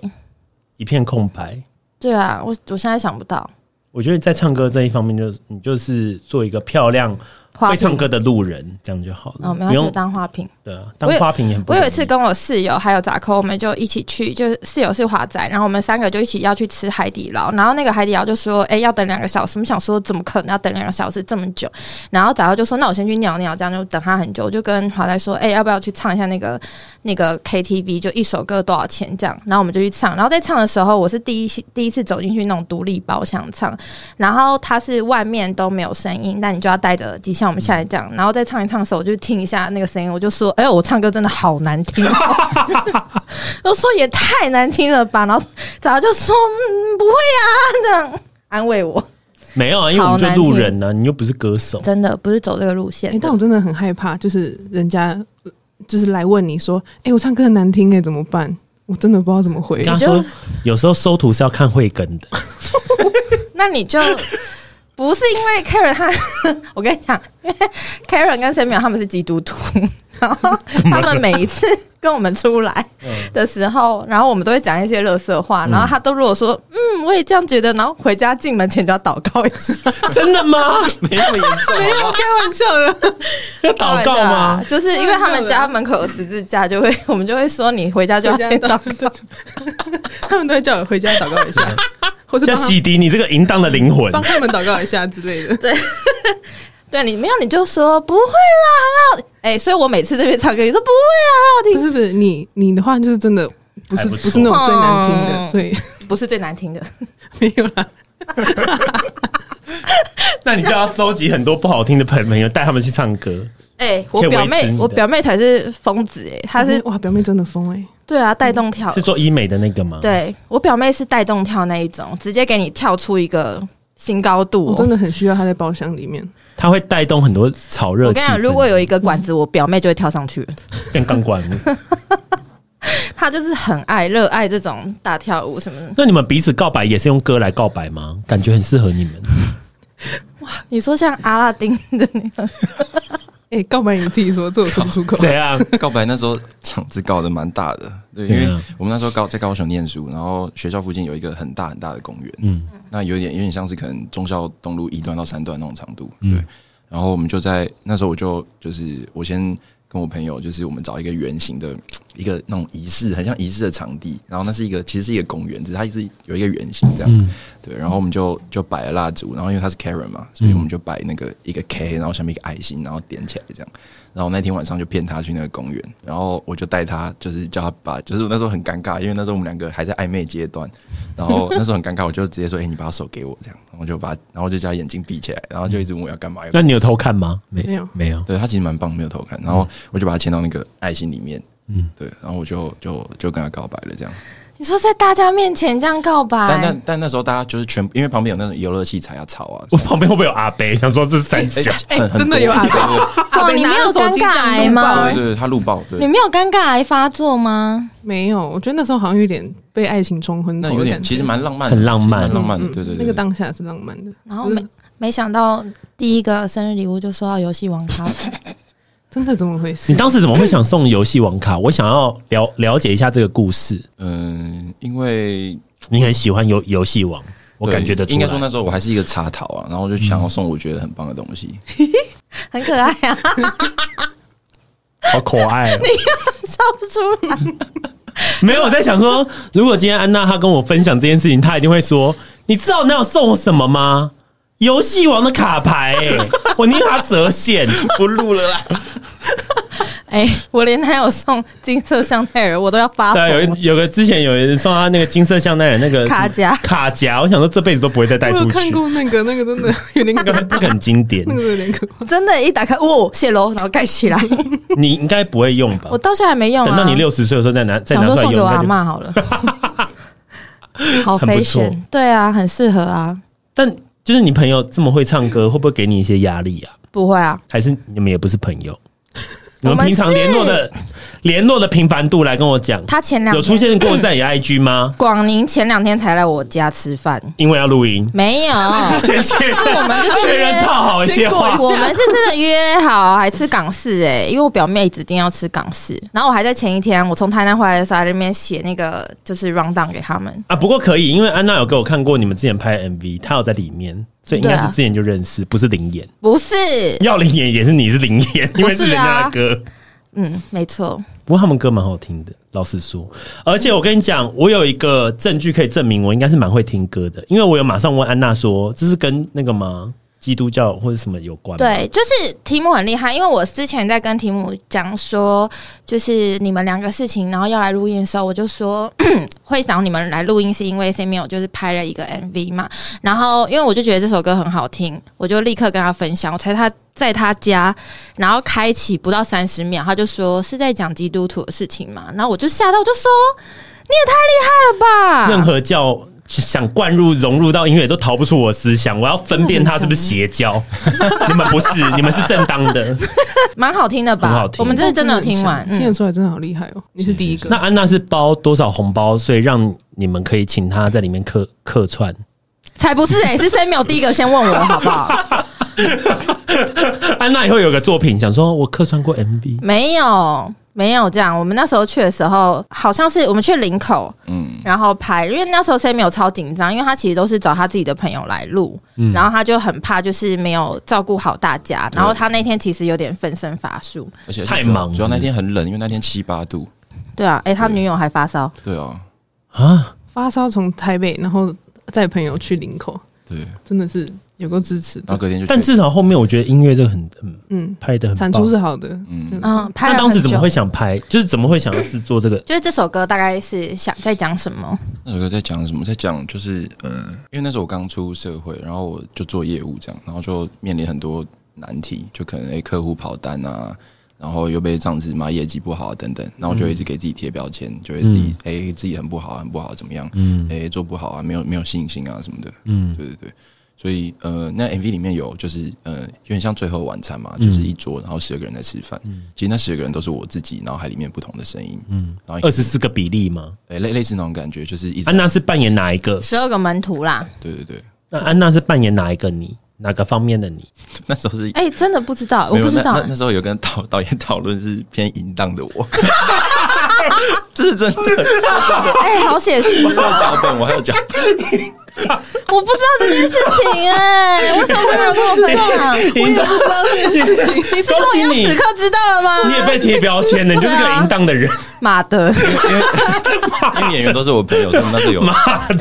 一片空白。对啊，我我现在想不到。我觉得在唱歌这一方面，就是你就是做一个漂亮花会唱瓶歌的路人，这样就好了，哦，没有不用去当花瓶。对啊，当我有花瓶也很不我有一容次易跟我室友还有杂扣，我们就一起去，就是室友是华仔，然后我们三个就一起要去吃海底捞，然后那个海底捞就说，哎、要等两个小时，我们想说怎么可能要等两个小时这么久？然后杂扣就说，那我先去尿尿，这样就等他很久。我就跟华仔说，哎、要不要去唱一下那个那个 KTV，就一首歌多少钱这样？然后我们就去唱，然后在唱的时候，我是第一次第一次走进去那种独立包厢唱，然后它是外面都没有声音，但你就要戴着耳机，像我们现在这样，然后再唱一唱的时候，我就听一下那个声音，我就说：“哎、我唱歌真的好难听、哦。” 我说也太难听了吧，然后早就说、嗯、不会啊，这样安慰我，没有啊，因为我们就好难路人呢、你又不是歌手，真的不是走这个路线哎、但我真的很害怕，就是人家呃就是来问你说，哎、我唱歌很难听、哎，怎么办？我真的不知道怎么回跟。他就说有时候收徒是要看慧根 的，那你就不是因为 Karen 他， 我跟你讲，因为 Karen 跟 Samuel 他们是基督徒，然后他们每一次跟我们出来的时候，然后我们都会讲一些乐色话，然后他都如果说嗯，我也这样觉得，然后回家进门前就要祷告一下，真的吗？没那么严重好不好。开玩笑的，要祷告吗？？啊就是因为他们家门口有十字架，就会我们就会说你回家就要回家先祷祷告， 他们都会叫我回家祷告一 下，或是要帮他洗涤你这个淫荡的灵魂帮。他们祷告一下之类的。对你没有你就说不会啦，很好哎、所以我每次这边唱歌，你说不会啊，不很好是不是，你你的话就是真的不还是不不错是那种最难听的，嗯所以听，不是最难听的。没有啦。那你就要收集很多不好听的朋友，带他们去唱 歌。哎、我可以表维持妹你，的我表妹才是疯子哎、她是哇，表妹真的疯哎、对啊，带动跳是，做医美的那个吗？，对我表妹是带动跳那一种，直接给你跳出一个新高度、哦我真的很需要她在包厢里面。它会带动很多炒热我气跟氛。你讲，如果有一个管子，我表妹就会跳上去了。变钢管舞，她就是很爱、热爱这种大跳舞什么的。那你们彼此告白也是用歌来告白吗？感觉很适合你 们。你说像阿拉丁的那个，哎、告白你自己说，这我说不出口。怎样？ 告白那时候场子搞得蛮大的，对，因对啊为我们那时候高在高雄念书，然后学校附近有一个很大很大的公园，嗯嗯，那有点有点像是可能忠孝东路一段到三段那种长度，对。嗯然后我们就在那时候我就就是我先跟我朋友，就是我们找一个圆形的一个那种仪式，很像仪式的场地，然后那是一个其实是一个公园，只是它是有一个圆形这样，嗯对，然后我们就就摆了蜡烛，然后因为他是 Karen 嘛，所以我们就摆那个一个 K，然后下面一个爱心，然后点起来这样。然后那天晚上就骗他去那个公园，然后我就带他，就是叫他把，就是我那时候很尴尬，因为那时候我们两个还在暧昧阶段，然后那时候很尴尬，我就直接说：“哎、你把手给我。”这样，然后就把，然后就叫他眼睛闭起来，然后就一直问我要干嘛。要干嘛那你有偷看吗？没没有没有。对他其实蛮棒，没有偷看。然后我就把他牵到那个爱心里面，嗯嗯，对，然后我就就就跟他告白了这样。 你说在大家面前这样告哎但白但，但那时候大家就是全，因为旁边有那种游乐器材啊、草啊，我旁边会不会有阿伯想说这是三小？哎很很真的多有啊嗯阿伯对对对哇，哦你没有尴尬癌吗对？对，对他路爆，你对，没有尴尬癌发作吗？没有，我觉得那时候好像有点被爱情冲昏头那的感觉，有点其实蛮浪漫的，很浪漫其实蛮浪漫的，嗯对对对，那对个当下是浪漫的，然后没没想到第一个生日礼物就收到游戏王卡， 真的怎么回 事？你当时怎么会想送游戏王卡？我想要了了解一下这个故事。嗯，因为你很喜欢游游戏王，我对感觉得出来。应该说那时候我还是一个茶桃啊，然后我就想要送我觉得很棒的东西，很可爱啊，好可爱、哦。笑不出来。没有，我在想说，如果今天安娜她跟我分享这件事情，她一定会说：“你知道你有送我什么吗？游戏王的卡 牌、欸，我宁可它折现。不录了啦。哎、我连他有送金色香奈儿，我都要”发 对啊，有疯了。一有个之前有人送她那个金色香奈儿那个 卡夹卡夹，我想说这辈子都不会再带我出有去。看过那 个，那个真的 有点那可个那个很 经典那，个有点可怕。真的，一打开，哦，谢喽，然后盖起来。你应该不会用吧 我？到现在还没用啊。等到你六十岁的时候再拿再想拿出说来送用，给我那阿就嬷 好了，好很不错 fashion，对啊，很适合啊，但就是你朋 友这么会唱歌，会不会给你一些压力啊？不会啊， 还是你们也不是朋友？你们平常联络的联络的频繁度来跟我讲，他前两有天出现过在你的 IG 吗？广宁前两天才来我家吃饭，因为要 录音，没 有，先确我认们就是确认套好一些话。我们是真的约好还吃港式哎、因为我表妹指定要吃港式，然后我还在前一天我从台南回来的时候，还在那边写那个就是 round down 给他们。啊，不过可以，因为安娜有给我看过你们之前拍的 MV，她有在里面，所以应该是对啊之前就认识，不是灵眼。 不是，要灵眼也是你是灵眼，因 不为是是人家啊的歌。嗯，没错，不过他们歌蛮好听的，老实说。而且我跟你讲，我有一个证据可以证明我应该是蛮会听歌的，因为我有马上问安娜说，这是跟那个吗？基督教或者什么有关？，对，就是题目很厉害，因为我之前在跟题目讲说，就是你们两个事情，然后要来录音的时候，我就说 会找你们来录音是因为 Samuel 就是拍了一个 MV 嘛，然后因为我就觉得这首歌很好听，我就立刻跟他分享，我才他在他家，然后开启不到三十秒，他就说是在讲基督徒的事情嘛，然后我就吓到，我就说你也太厉害了吧，任何教想灌入、融入到音乐都逃不出我思想，我要分辨它是不是邪 教。你们不是，你们是正当的。蛮好听的吧？很好听我们这是真的有听完，听得嗯，出来真的好厉害哦！你是第一个，那安娜是包多少红包，所以让你们可以请她在里面客客串？才不是哎、是 Samuel 第一个先问我好不好？ 安娜以后有个作品，想说我客串过 MV，没有，没有这样。我们那时候去的时候，好像是我们去林口，嗯，然后拍，因为那时候 Sam 有超紧张，因为他其实都是找他自己的朋友来录，然后他就很怕就是没有照顾好大家，然后他那天其实有点分身乏术。而且太忙主是不要是那天很冷，因为那天七八度，对啊，哎、他女友还发烧，对啊，啊，发烧从台北，然后带朋友去林口，对，然真的是有够支持后的。隔天就但至少后面我觉得音乐这个很很嗯，拍的很产棒出是好的，嗯嗯，嗯，拍了那当时怎很么久会？想拍？就是怎么会想要制作这个？就是这首歌大概是想在讲什么？那首歌在讲什么？在讲就是嗯，因为那时候我刚出社会，然后我就做业务这样，然后就面临很多难题，就可能诶、客户跑单啊，然后又被上司骂业绩不好啊等等，然后我就一直给自己贴标签，就会自己诶、自己很不好啊，很不好啊怎么样？嗯，诶、做不好啊，没有没有信心啊什么的。嗯，对对对。所以呃，那 MV 里面有就是呃，有点像最后晚餐嘛，就是一桌，然后十二个人在吃饭。其实那十二个人都是我自己脑海里面不同的声音。嗯，然后二十四个比例吗？诶类类似那种感觉，就是一直安娜是扮演哪一个？十二个门徒啦。对对对。那安娜是扮演哪一个你？哪个方面的你？ 那时候是，哎、真的不知道，我没有不知道、哎那那那时候有跟导 导演讨论是偏淫荡的我， 这是真的。哎、好写实我还有脚本，我还有脚本。我不知道这件事情哎、为什么没有人跟我分享？淫荡，你是跟我一样恭喜你此刻知道了 你也吗？被贴标签了，你就是对个啊淫荡的人。妈的！因为演员都是我朋友，所以那时 候有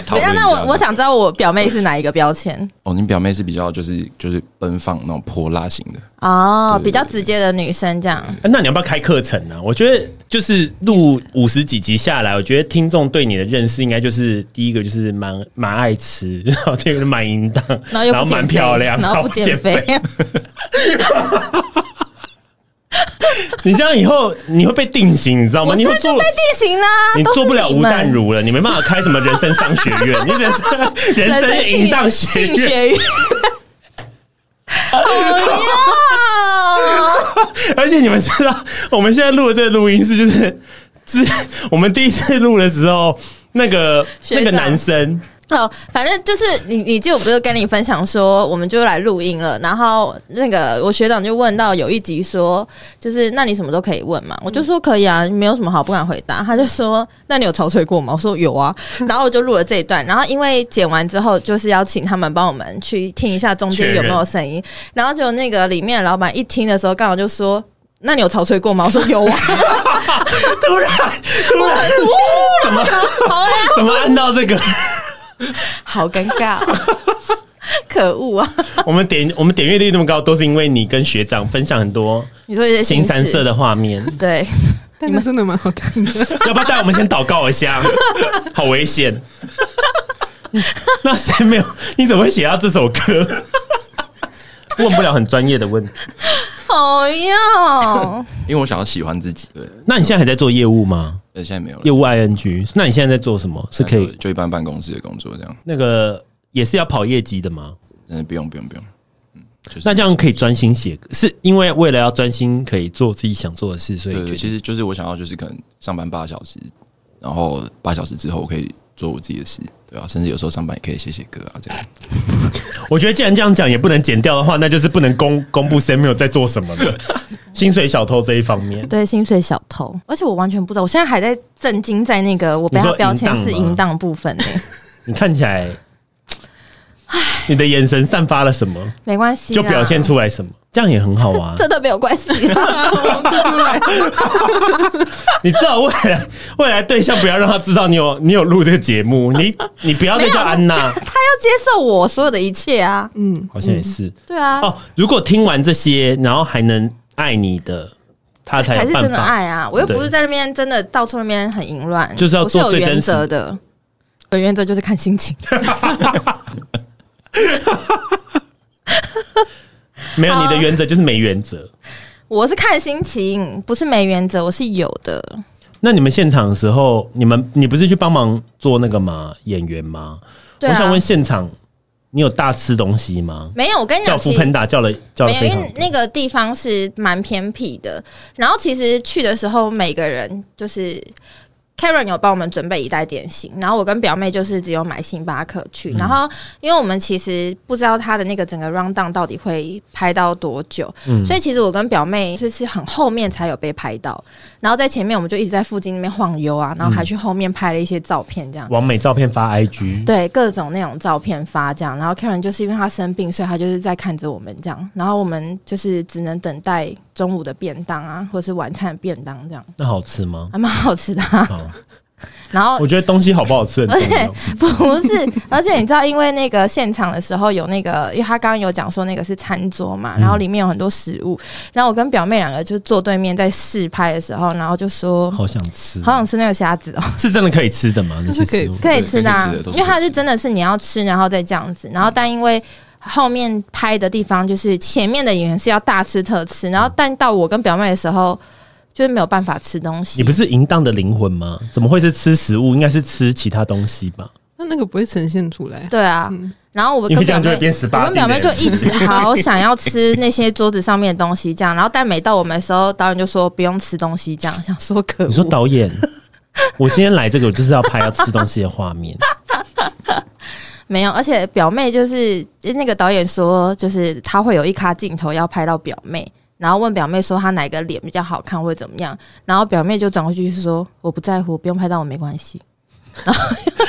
讨等一论下，一那我我想知道我表妹是哪一个标签哦，你表妹是比较就是就是奔放那种泼辣型的，哦，对比较直接的女生这样。啊那你要不要开课程啊？我觉得就是录五十几集下来，我觉得听众对你的认识应该就是第一个就是蛮蛮爱吃， 然后第二个蛮淫荡，然后又不减蛮肥漂亮，然后不减肥， 你这样以后你会被定型，你知道 吗？我你现会在就做被定型啦，你都是做不了你吴们淡如了，你没办法开什么人生商学院， 你只是 人人生生淫荡性学院。 学院。好呀！而且你们知道，我们现在录的这个录音室就是，自我们第一次录的时候，那个学长那个 男生，哦，反正就是你，你记得我不是跟你分享说，我们就来录音了。然后那个我学长就问到有一集说，就是那你什么都可以问嘛，嗯我就说可以啊，没有什么好不敢回答。他就说 那你有潮吹过吗？我说有啊。然后我就录了这一段。然后因为剪完之后，就是要请他们帮我们去听一下中间有没有声音。然后就那个里面的老板一听的时候，刚好就说。那你有潮吹过吗？我说有 啊， 突然突然怎么好呀，怎么按到这个？好尴尬 哦、可恶啊！ 我们点我们点阅率那么高，都是因为你跟学长分享很多你说一些新三事色的画面。 对，但那真的蛮好看的。 要不要带我们先祷告一 下？好危险。那谁没有？你怎么会写到这首歌？问不了很专业的问题。好呀，因为我想要喜欢自己。对，那你现在还在做业务吗？呃，现在没有了业，务 ing，那你现在在做什么？是可就以就一般办公室的工作这样。那个也是要跑业绩的吗？嗯，不用不用不用，就是那这样可以专心写，是因为为了要专心可以做自己想做的事，所以对，决对其定实就是我想要就是可能上班八小时，然后八小时之后我可以做我自己的事，对吧、啊甚至有时候上班也可以写写歌啊，这样。我觉得既然这样讲也不能剪掉的话，那就是不能公公布 Samuel 在做什么 的薪水小偷这一方 面。对，薪水小偷，而且我完全不知道，我现在还在震惊在那个我被你他说标淫签荡是吗淫荡部分呢、欸你看起来，你的眼神散发了什么， 没关系，啊就表现，出 来什么，这样也很好啊。这都没有关 系啦。你至少未来未来对象不要让他知道你有你有录这个节目，你你不要再叫安娜，他要接受我所有的一切啊，嗯，好像 也是对啊，哦。如果听完这些，然后还能爱你的，他才才有是办真的法。爱啊！我又不对是在那边真的到处那边很淫乱，就是要我是做有最原真实则的。我的原则就是看心情。没有好你的原则就是没原则。我是看心情，不是没原则，我是有的。那你们现场的时候，你们你不是去帮忙做那个吗？演员吗？对啊我想问现场，你有大吃东西吗？没有，我跟你叫讲，福其实喷打叫了叫了没有，非因常为那个地方是蛮偏僻的。然后其实去的时候，每个人就是 Karen 有帮我们准备一袋点心，然后我跟表妹就是只有买星巴克去。嗯然后因为我们其实不知道他的那个整个 round down 到底会拍到多久，嗯所以其实我跟表妹是是很后面才有被拍到，然后在前面我们就一直在附近那边晃悠啊，然后嗯还去后面拍了一些照片这样。完美照片发 IG，对各种那种照片发这样，然后 Karen 就是因为他生病，所以他就是在看着我们这样，然后我们就是只能等待中午的便当啊，或是晚餐的便当这样，那好吃吗？还蛮好吃的、啊。 好，然后我觉得东西好不好吃很重 要。不是，而且你知道，因为那个现场的时候有那个，因为他刚刚有讲说那个是餐桌嘛，嗯然后里面有很多食物，然后我跟表妹两个就坐对面在试拍的时候，然后就说好想吃，好想吃那个虾子哦。是真的可以吃的吗？那些是可以食物可以对吃的、啊可以吃的都，是因为它可以是吃的真的是你要吃，然后再这样子，然后但因为。后面拍的地方就是前面的演员是要大吃特吃，然后但到我跟表妹的时候，就是没有办法吃东西。你不是淫荡的灵魂吗？怎么会是吃食物？应该是吃其他东西吧？那那个不会呈现出 来。对啊，然后我因跟为这表样就妹会，变十我八跟禁。表妹就一直好想要吃那些桌子上面的东西，这样。然后但每到我们的时候，导演就说不用吃东西，这样想说可恶。你说 导演，我今天来这个，我就是要拍要吃东西的 画面。没有，而且表妹就是那个导演说，就是他会有一卡镜头要拍到表妹，然后问表妹说她哪个脸比较好看或者怎么样，然后表妹就转过去说我不在乎，不用拍到我没关系。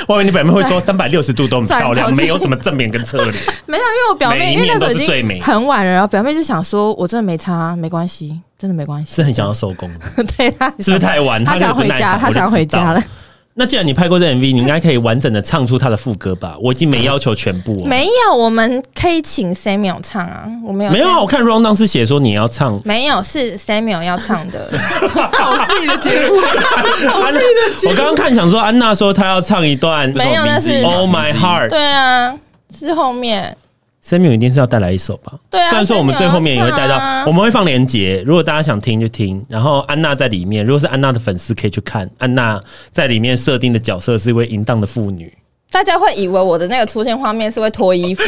外面你表妹会说三百六十度都很漂转头亮，就是没有什么正面跟侧脸。没有，因为我表每妹一因为那面时都候是已最美经很晚了，然后表妹就想说我真的没差啊，没关系，真的没关系。是很想要收工， 对她是不是太晚？她就想不回耐家，烦她想回家。我就了知道。哦那既然你拍过这 MV，你应该可以完整的唱出他的副歌吧？我已经没要求全部哦，没有，我们可以请 Samuel 唱啊，我们有没有先啊？我看 round down 是写说你要唱 没有是 Samuel 要唱 的。自己的节目，安娜，我刚刚看想说，安娜说她要唱一段没有那是《Oh My Heart》对啊，是后面。 ，Samuel 一定是要带来一首吧？对啊虽然说我们最后面也会带到 Samuel 要唱啊，我们会放链接，如果大家想听就听。然后安娜在里面，如果是安娜的粉丝可以去看，安娜在里面设定的角色是一位淫荡的妇女。大家会以为我的那个出现画面是会脱衣服，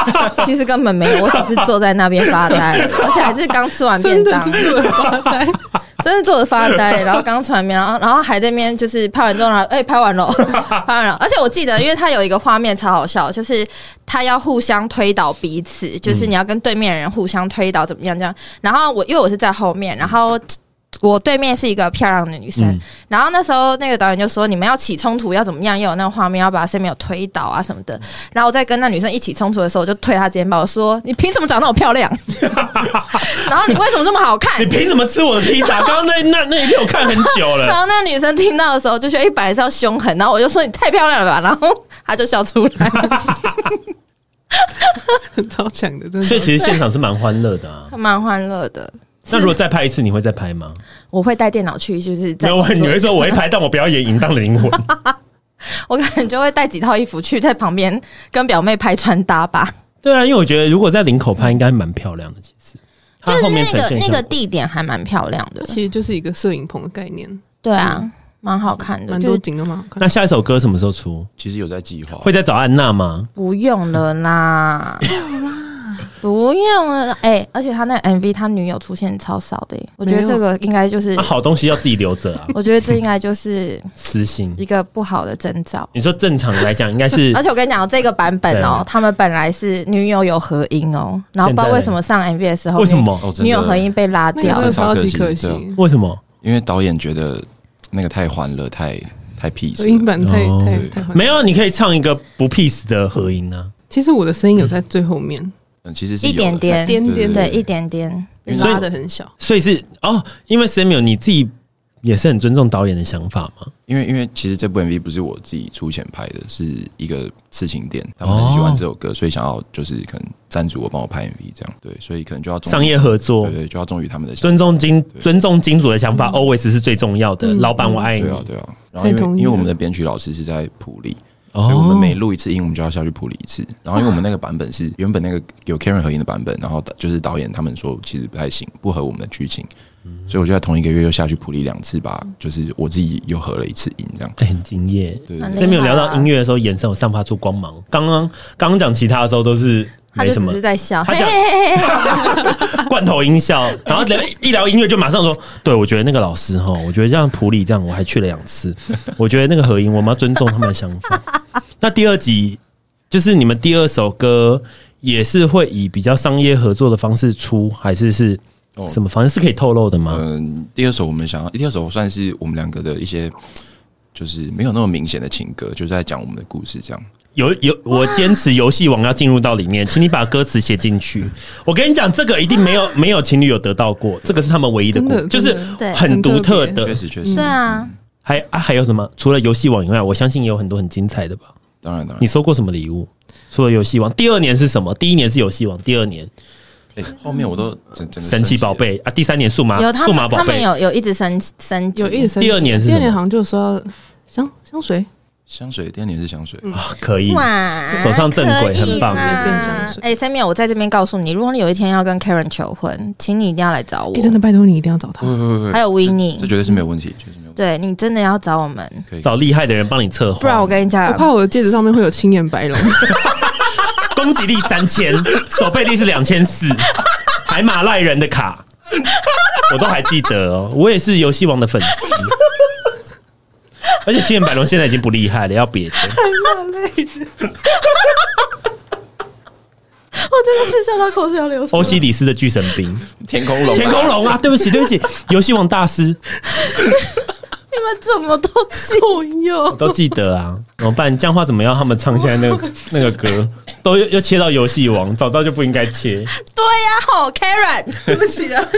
其实根本没有，我只是坐在那边发呆而已，而且还是刚吃完 便真的当是，做了发呆， 真的坐着发呆，然后刚吃完面， 然后然后还在那边就是拍完之后，然后哎、拍完了， 拍完了，而且我记得，因为他有一个画面超好笑，就是他要互相推倒彼此，就是你要跟对面的人互相推倒怎么样这样，然后我因为我是在后面，然后。我对面是一个漂亮的女生，嗯然后那时候那个导演就说你们要起冲突要怎么样，要有那个画面，要把 Samuel 推倒啊什么的。然后我在跟那女生一起冲突的时候，我就推她肩膀，我说你凭什么长那么漂亮？ 然后你为什么这么好看？ 你凭什么吃我的 披萨？刚刚那那那一片我看很久然 了，后那女生听到的时候就觉得，哎，本来是要凶狠，然后我就说你太漂亮了吧，然后她就笑出来，超强的，真的所以其实现场是蛮欢乐的啊。 蛮欢乐的。那如果再拍一次，你会再拍吗？我会带电脑去，就是没在有，工我作你会说我会拍，但我不要演淫荡 的灵魂。我可能就会带几套衣服去，在旁边跟表妹拍穿搭吧。对啊，因为我觉得如果在林口拍，应该蛮漂亮的。其实，它就是后面那呈个现那效个果地点还蛮漂亮的它，其实就是一个摄影棚的概念，对啊，蛮好看的，蛮就多是景都蛮好看那。下一首歌什么时候出？其实有在计划，会再找安娜吗？ 不用了啦。不用了，哎、而且他那个 MV 他女友出现超少的耶、我觉得这个应该就是 啊，，好东西要自己留着啊，我觉得这应该就是私心。一个不好的征兆。你说正常来讲，应该是 而且我跟你讲，这个版本哦、对啊他们本来是女友有合音哦、然后不知现道在为什么上 MV 的时候，为什？么？哦，真女友的合音被拉那个掉真的了，超级可这惜，为 什么？因为导演觉得那个太欢乐，太太 peace 合音了。版太哦太对太欢乐没有，你可以唱一个不 peace 的合音啊呢、其实我的声音有在最后面，嗯，其实是一有点的点，点点对，一点点。被拉的很小。所以是哦，因为 Samuel 你自己也是很尊重导演的想法嘛。因为因为其实这部 MV 不是我自己出钱拍的，是一个刺青店，他们很喜欢这首歌，所以想要就是可能赞助我帮我拍 MV 这样，对，所以可能就要忠于商业合作对，对，就要忠于他们的想法尊重金尊重金主的想嗯法，always 是最重要的。嗯老板，我爱你对。啊对啊。然后因太为同意了因为我们的编曲老师是在普利，所以我哦们每录一次音，我们就要下去普利一次。然后因为我们那个版本是原本那个有 Karen 合音的版本，然后就是导演他们说其实不太行，不合我们的剧情，所以我就在同一个月又下去普利两次吧，就是我自己又合了一次音这样。哎很敬业。对，很厉对对害这边有聊到音乐的时候，眼神有散发出光芒。刚刚刚刚讲其他的时候都是他没就什只么是在笑，他嘿讲嘿嘿嘿，罐头音 效，然后聊一聊音乐就马上说，对我觉得那个老师哈，我觉得像普里这样，我还去了两 次，我觉得那个合音我们要尊重他们的想法。那第二集就是你们第二首歌也是会以比较商业合作的方式出，还是是哦什么方式是可以透露的吗？嗯，第二首我们想要，第二首算是我们两个的一些，就是没有那么明显的情歌，就是在讲我们的故事这样。有有，我坚持游戏王要进入到里面，请你把歌词写进去。我跟你讲，这个一定没有没有情侣有得到过，这个是他们唯一的故真的，就是真的对很独特很特的。确实确实对， 啊，还啊还有什么？除了游戏王以外，我相信也有很多很精彩的吧。当然当然你。收过什么礼物？除了游戏王，第二年是什么？第一年是游戏王，第二年哎、后面我都整整个神奇宝了，贝啊，第三年数码有他数码们宝他们贝。有有一直升升级有一直升级第二年是什第么二年好像就说到香香水，香水，第二年是香嗯水。啊可以，哇走上正轨可以很棒啦直接变香水哎，Samuel，我在这边告诉你，如果你有一天要跟 Karen 求婚，请你一定要来找我哎，。真的拜托你一定要找他会。会会会，还有这 Winnie 这绝对是没有问题，绝对是没有问题。对你真的要找我们，可以找厉害的人帮你策划，不然我跟你讲我，怕我的戒指上面会有青眼 白龙，攻击力三千，手背力是两千四，海马赖人的卡，我都还记得哦。我也是游戏王的粉丝，而且青眼白龙现在已经不厉害了，要别的。真的是笑到口水要流出欧西里斯的巨神兵，天空龙，天空龙啊，对不起，对不起，游戏王大师，你们怎么都 记哦我都记得啊。怎么办？这样话怎么样？他们唱现在那个那个歌，都又又切到游戏王，早知道就不应该切。对呀？吼，Karen，对 不起啊了。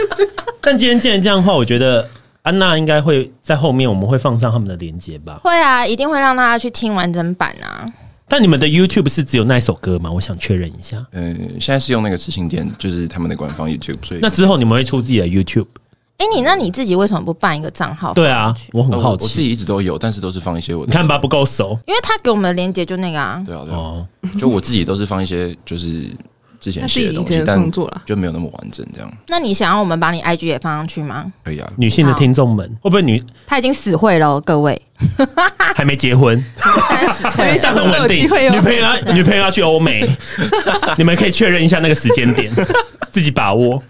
但今天既然这样的话，我觉得安娜应该会在后面，我们会放上他们的连接吧。会啊，一定会让大家去听完整版啊。但你们的 YouTube 是只有那一首歌吗？我想确认一下。呃，现在是用那个知青店，就是他们的官方 YouTube，所以那之后你们会出自己的 YouTube？哎，你那你自己为什么不办一个账号？对啊，我呃很我好我自奇。己一直都有，但是都是放一些我你的。看吧，不够熟因为他给我们的链接就那个啊，对啊，对啊，哦。就我自己都是放一些就是之前他自写己的以东前西，的但创作啦。就没有那么完整，这样那你想要我们把你 IG 也放上去吗？可以啊。女性的听众们会不会女他已经死会了哦，各 位，啊还没 结婚？哎这讲样很会稳有定机会。女哦。朋友要女朋友要去欧 美，你们可以确认一下那个时间点，自己把握。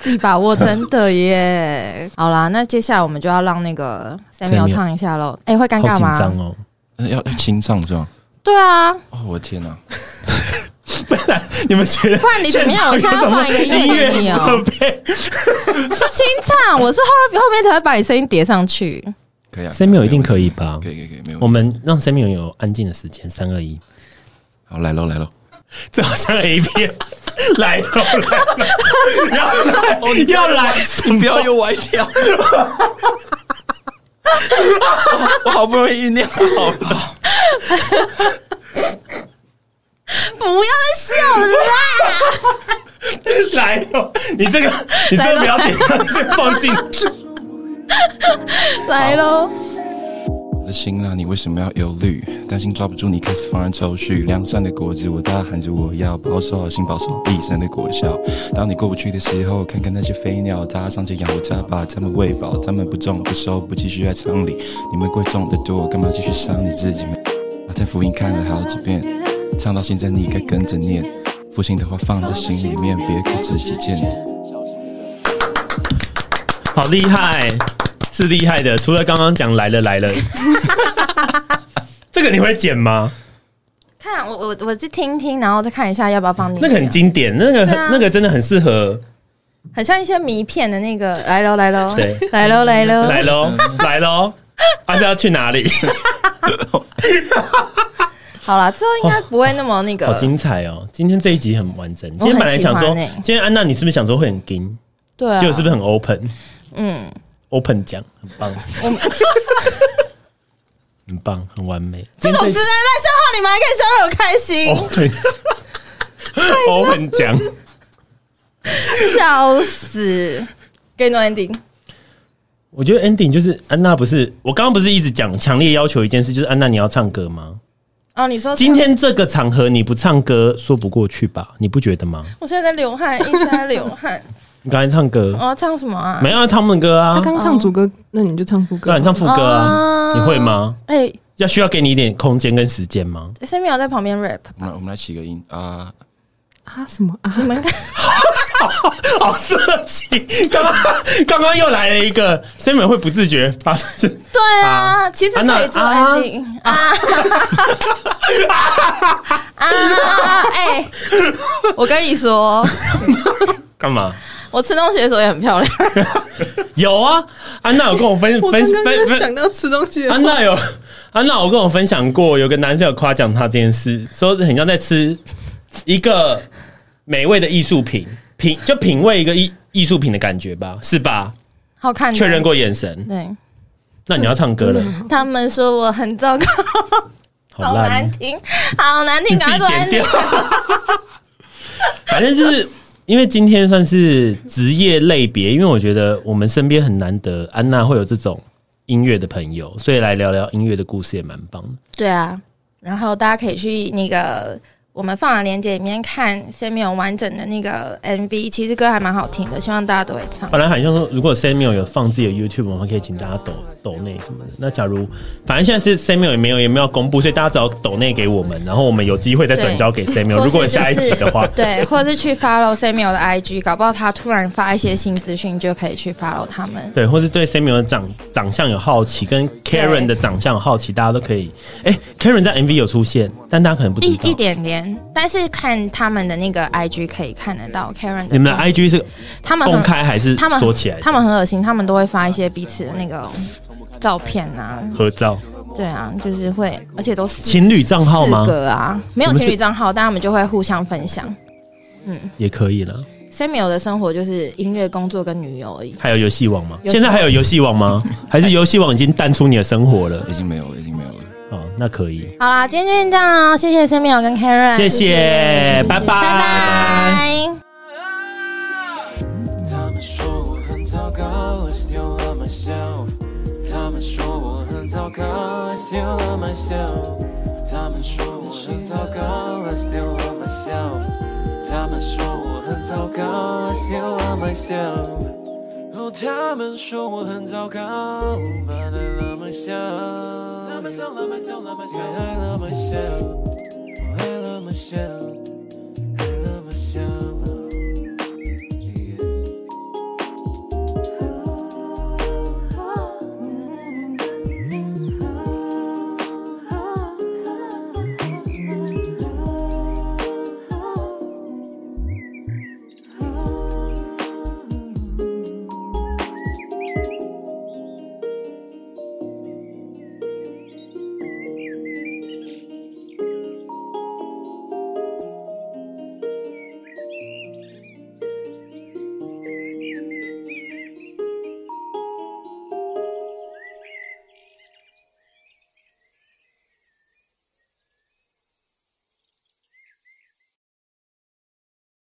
自己把握，真的耶。好啦，那接下来我们就要让那个 Samuel Samuel 唱一下喽。哎、会尴好尬紧吗？张哦！那呃要要清唱是吧？对啊，哦，我的天哪！不然你们觉得不然你怎么样？我现现在要场有什么放一个音音乐乐给你设哦、备是清唱，我是后后面才会把你声音叠上去。可以啊 s a m u e 一定可以吧？可以，可以，可以，没有我问题。们让 Samuel 有安静的时间，三二一，好，来喽，来喽。这好像 A 片， 来了来了，要来要来什么？又歪掉。 我好不容易酝酿好了，不要再笑了啦！来了，你这个你这个不要紧张，这个放进去。 来喽，我的心啊，你为什么要忧虑？担心抓不住你，开始放任愁绪。良善的果子，我大喊着我要保守好心，保守一生的果效。当你过不去的时候，看看那些飞鸟，它上前养活它，把它们喂饱，它们不种不收，不继续在仓里。你们贵重的多，干嘛继续啊伤你自己？马太福音看了好几遍，唱到现在你该跟着念。不行的话放在心里面，别给自己建议。好厉害，是厉害的。除了刚刚讲来了 来了，这个你会剪吗？看我我我去听听，然后再看一下要不要放进去那啊。个很经典，那个很、对啊那个真的很适 合。很像一些迷片的那个， 来喽来喽，对，来喽来喽，来喽来喽，而且要去哪里？好啦，之后应该不会那么那个好，精彩哦！今天这一集很完整。今天很本来想喜说欢欸，今天安娜你是不是想说会很硬？对啊，结果是不是很 open？嗯， open 奖，很棒，我们 很棒，很完美。这种直男烂笑话，你们还可以笑得我开心， open 奖 open 奖，笑死！给你 ending，我觉得 ending 就是安娜不是我刚刚不是一直讲强烈要求一件事，就是安娜你要唱歌吗？哦，你说今天这个场合你不唱歌说不过去吧？你不觉得吗？我现在在流汗，一直在流 汗，你刚才唱歌我要唱什么啊？没有唱们歌啊他？刚唱主歌，那你就唱副歌对啊，啊。你唱副歌啊？哦你会吗？哎，要需要给你一点空间跟时间吗？森美有在旁边 rap，我们来我们来起个音啊，啊什么啊？你们看， 好色情！刚刚刚刚又来了一个 Simon 会不自觉发出 对啊，其实啊那可以做啊 ending 啊啊！ 哎，我跟你说，干嘛？我吃东西的时候也很漂亮。有啊，安娜有跟我分 我分刚刚分就分，想到吃东西了安娜有安娜有跟我分享过，有个男生有夸奖她这件事，说很像在吃一个美味的艺术品，品就品味一个艺艺术品的感觉吧，是吧？好看的，确认过眼神，对，那你要唱歌了，嗯他们说我很糟糕，好好难烂，听，好难 听，你赶 自快做己剪掉 ending。。反正 就是因为今天算是职业类别，因为我觉得我们身边很难得安娜会有这种音乐的朋友，所以来聊聊音乐的故事也蛮棒的。对啊，然后大家可以去那个我们放的链接里面看 Samuel 完整的那个 MV，其实歌还蛮好听的，希望大家都会唱。本来好像说，如果 Samuel 有放自己的 YouTube，我们可以请大家抖抖内什么的。那假如反正现在是 Samuel 也没有也没有公布，所以大家只要抖内给我们，然后我们有机会再转交给 Samuel。或如果有是就下一集是，的话 对，或者是去 follow Samuel 的 IG，搞不好他突然发一些新资讯，就可以去 follow 他们。对，或是对 Samuel 的长长相有好奇，跟 Karen 对的长相有好奇，大家都可以。哎、k a r e n 在 MV 有出现，但大家可能不知一道。一点点，但是看他们的那个 IG 可以看得到 Karen 的动态。你们的 IG 是他们很公开还是 他们锁起来的？他们很恶心，他们都会发一些彼此的那个照片啊，合照对啊，就是会，而且都是情侣账号吗四？个啊，没有情侣账号，但他们就会互相分享。也可以了。 Samuel 的生活就是音乐、工作跟女友而已。还有游戏网吗？游戏网现在还有游戏网 吗？还是游戏网已经淡出你的生活了？已经没有了，已经没有了。哦，那可以。好啦，今天就这样哦，谢哎谢 Samuel 跟 Karen，谢谢，拜拜拜，拜。他们说我很糟糕，I still love myself。他们说我很糟糕，I still love myself。他们说我很糟糕，I still love myself。他们说我很糟糕，I still love myself。哦，他们说我很糟糕，but I love myself。Yeah, I love myself。